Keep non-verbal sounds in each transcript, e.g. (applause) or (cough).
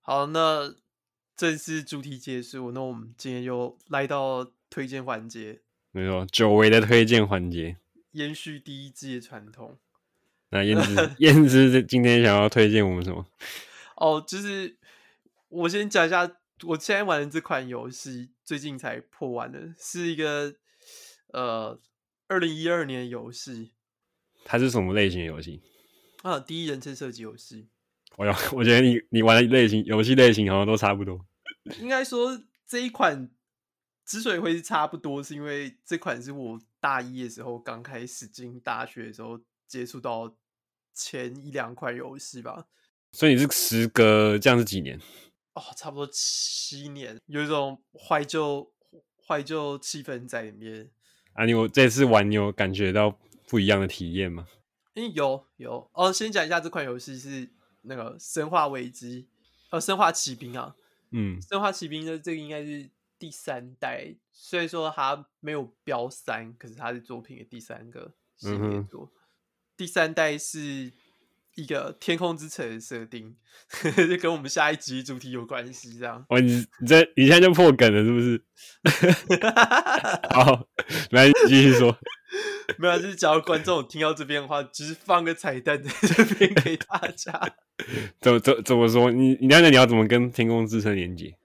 好，那正式主题结束，那我们今天又来到推荐环节，没错，久违的推荐环节。延续第一季的传统。那燕子，燕子今天想要推荐我们什么？哦，就是我先讲一下，我现在玩的这款游戏最近才破完的，是一个呃二零一二年的游戏它是什么类型的游戏？啊，第一人称射击游戏。我要，我觉得你你玩的类型游戏类型好像都差不多。应该说这一款之所以会差不多，是因为这款是我大一的时候刚开始进大学的时候接触到前一两款游戏吧。所以你是时隔这样是几年？哦，差不多七年，有一种怀旧怀旧气氛在里面。啊，你有这次玩，你有感觉到不一样的体验吗？嗯，有有哦，先讲一下这款游戏是那个《生化危机》，呃，《生化奇兵》啊，嗯《生化奇兵》呢，这个应该是第三代，虽然说它没有标三，可是它是作品的第三个系嗯列哼，作。第三代是一个天空之城的设定，就跟我们下一集主题有关系。这样 (laughs) 哦，你你这你现在就破梗了是不是？好，来继续说。没有啊，就是假如观众有听到这边的话，只是放个彩蛋在这边 (laughs) 给大家。怎么怎怎么说？你你那那你要怎么跟天空之城连接？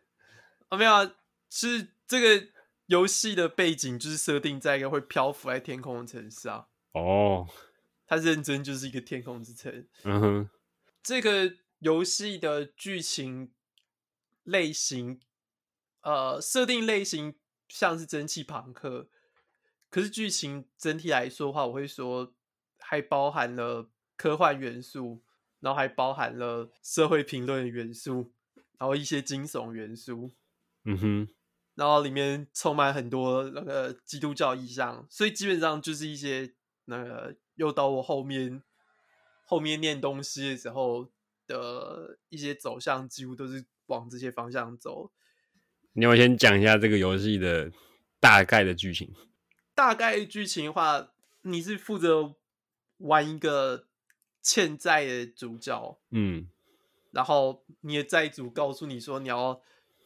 啊，没有啊，是这个游戏的背景就是设定在一个会漂浮在天空的城市啊，哦，它认真就是一个天空之城。嗯哼，这个游戏的剧情类型，呃，设定类型像是蒸汽朋克，可是剧情整体来说的话，我会说还包含了科幻元素，然后还包含了社会评论元素，然后一些惊悚元素，嗯哼，然后里面充满很多那个基督教意象，所以基本上就是一些那个诱导我后面后面念东西的时候的一些走向，几乎都是往这些方向走。你要先讲一下这个游戏的大概的剧情。大概剧情的话，你是负责玩一个欠债的主角，嗯然后你的债主告诉你说你要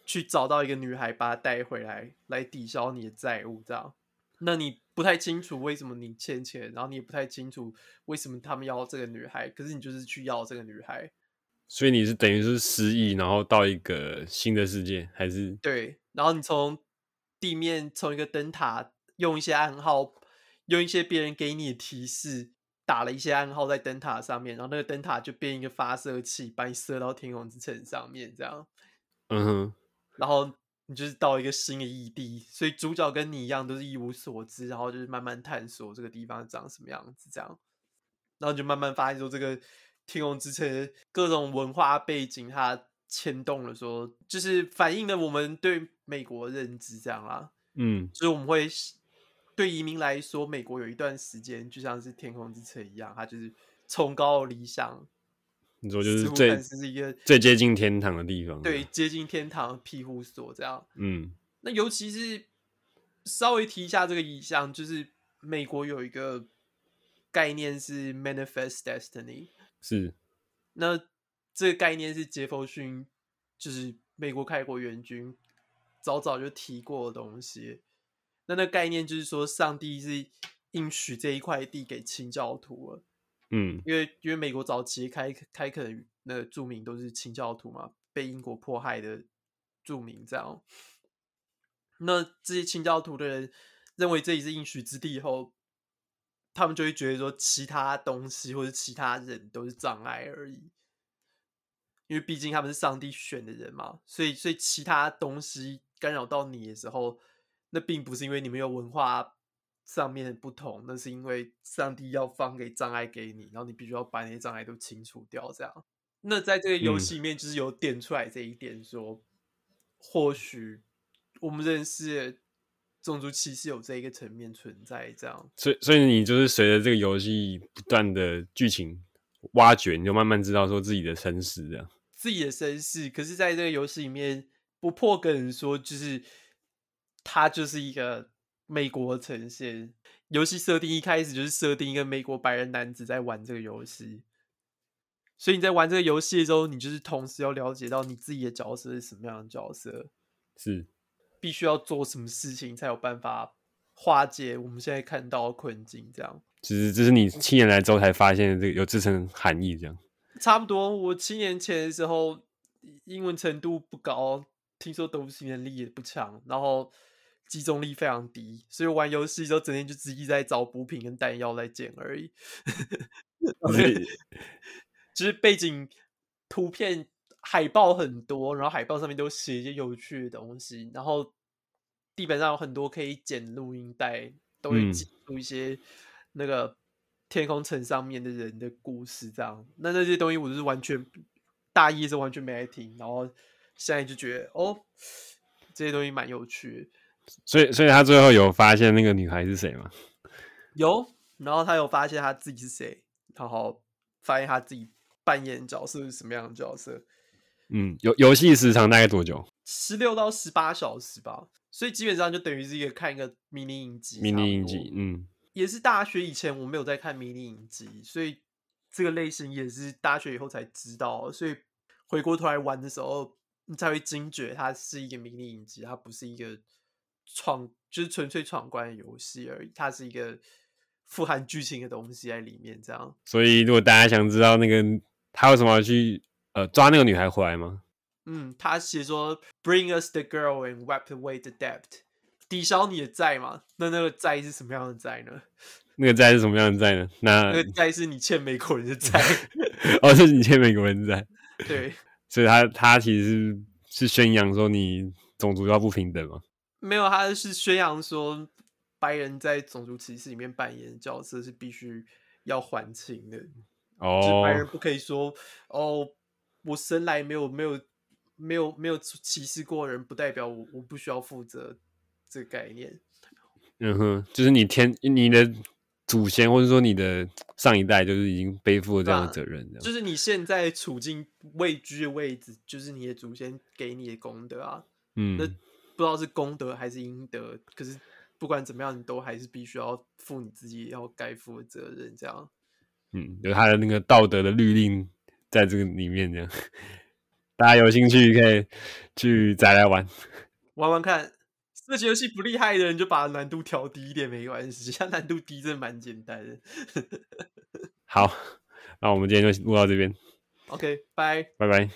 去找到一个女孩，把她带回来，来抵消你的债务，这样。那你不太清楚为什么你欠钱，然后你也不太清楚为什么他们要这个女孩，可是你就是去要这个女孩。所以你是等于是失忆，然后到一个新的世界，还是对，然后你从地面从一个灯塔用一些暗号，用一些别人给你的提示，打了一些暗号在灯塔上面，然后那个灯塔就变一个发射器，把你射到天空之城上面，这样。嗯哼，然后你就是到一个新的异地，所以主角跟你一样都是一无所知，然后就是慢慢探索这个地方长什么样子，这样，然后就慢慢发现说这个天空之城的各种文化背景，它牵动了说，就是反映了我们对美国的认知，这样啦，嗯就是我们会是对移民来说，美国有一段时间就像是天空之城一样，它就是崇高的理想，你说就是似乎最看似是一个最接近天堂的地方。对，接近天堂的庇护所这样。嗯那尤其是稍微提一下这个意向，就是美国有一个概念是 manifest destiny。是，那这个概念是杰弗逊，就是美国开国元军早早就提过的东西。那那概念就是说，上帝是应许这一块地给清教徒了，嗯因为因为美国早期开开垦那个著名都是清教徒嘛，被英国迫害的著名这样。那这些清教徒的人认为这里是应许之地以后，他们就会觉得说其他东西或者其他人都是障碍而已，因为毕竟他们是上帝选的人嘛，所以所以其他东西干扰到你的时候，那并不是因为你们有文化上面的不同，那是因为上帝要放给障碍给你，然后你必须要把那些障碍都清除掉。这样，那在这个游嗯戏里面就是有点出来这一点说，或许我们认识的种族歧视有这一个层面存在，这样。所以所以你就是随着这个游戏不断的剧情挖掘，你就慢慢知道说自己的身世这样。自己的身世，可是在这个游戏里面不破梗说，就是它就是一个美国呈现。游戏设定一开始就是设定一个美国白人男子在玩这个游戏，所以你在玩这个游戏的时候，你就是同时要了解到你自己的角色是什么样的角色，是必须要做什么事情才有办法化解我们现在看到的困境。这样其实这是你七年来之后才发现这个有自身含义，这样差不多。我七年前的时候，英文程度不高，听说读写能力也不强，然后集中力非常低，所以玩游戏的时候整天就自己在找补品跟弹药来捡而已。哦你是就是背景图片海报很多，然后海报上面都写一些有趣的东西，然后地板上有很多可以捡录音带，都会嗯记录一些那个天空城上面的人的故事。这样，那那些东西我就是完全大一是完全没来听，然后现在就觉得哦，这些东西蛮有趣的所以所以他最后有发现那个女孩是谁吗？有，然后他有发现他自己是谁，然后发现他自己扮演的角色是什么样的角色。嗯，游游戏时长大概多久？十六到十八小时吧，所以基本上就等于是一个看一个迷你影集。迷你影集，，嗯，也是大学以前我没有在看迷你影集，所以这个类型也是大学以后才知道，所以回过头来玩的时候，你才会惊觉它是一个迷你影集，它不是一个闯，就是纯粹闯关的游戏而已，它是一个富含剧情的东西在里面。这样所以如果大家想知道那个他为什么要去呃抓那个女孩回来吗？嗯，他写说 “Bring us the girl and wipe away the debt”，抵消你的债嘛？那那个债是什么样的债呢？那个债是什么样的债呢？那那个债是你欠美国人的债。 (laughs) 哦，是你欠美国人债，对，所以他他其实是是宣扬说你种族要不平等嘛。没有，他是宣扬说白人在种族歧视里面扮演的角色是必须要还清的，就是白人哦，不可以说哦，我生来没有没有没有没有歧视过人，不代表我我不需要负责这个概念。嗯哼，就是你天你的祖先或者说你的上一代就是已经背负了这样的对啊责任，这样就是你现在处境位居的位置，就是你的祖先给你的功德啊，嗯那不知道是功德还是阴德，可是不管怎么样，你都还是必须要负你自己要该负的责任。这样，嗯，有他的那个道德的律令在这个里面，这样 (laughs) 大家有兴趣可以去再来玩。玩玩看，射击游戏不厉害的人就把难度调低一点没关系， (laughs) 它难度低真的蛮简单的。 (laughs) 好，那我们今天就录到这边， OK，拜。拜拜。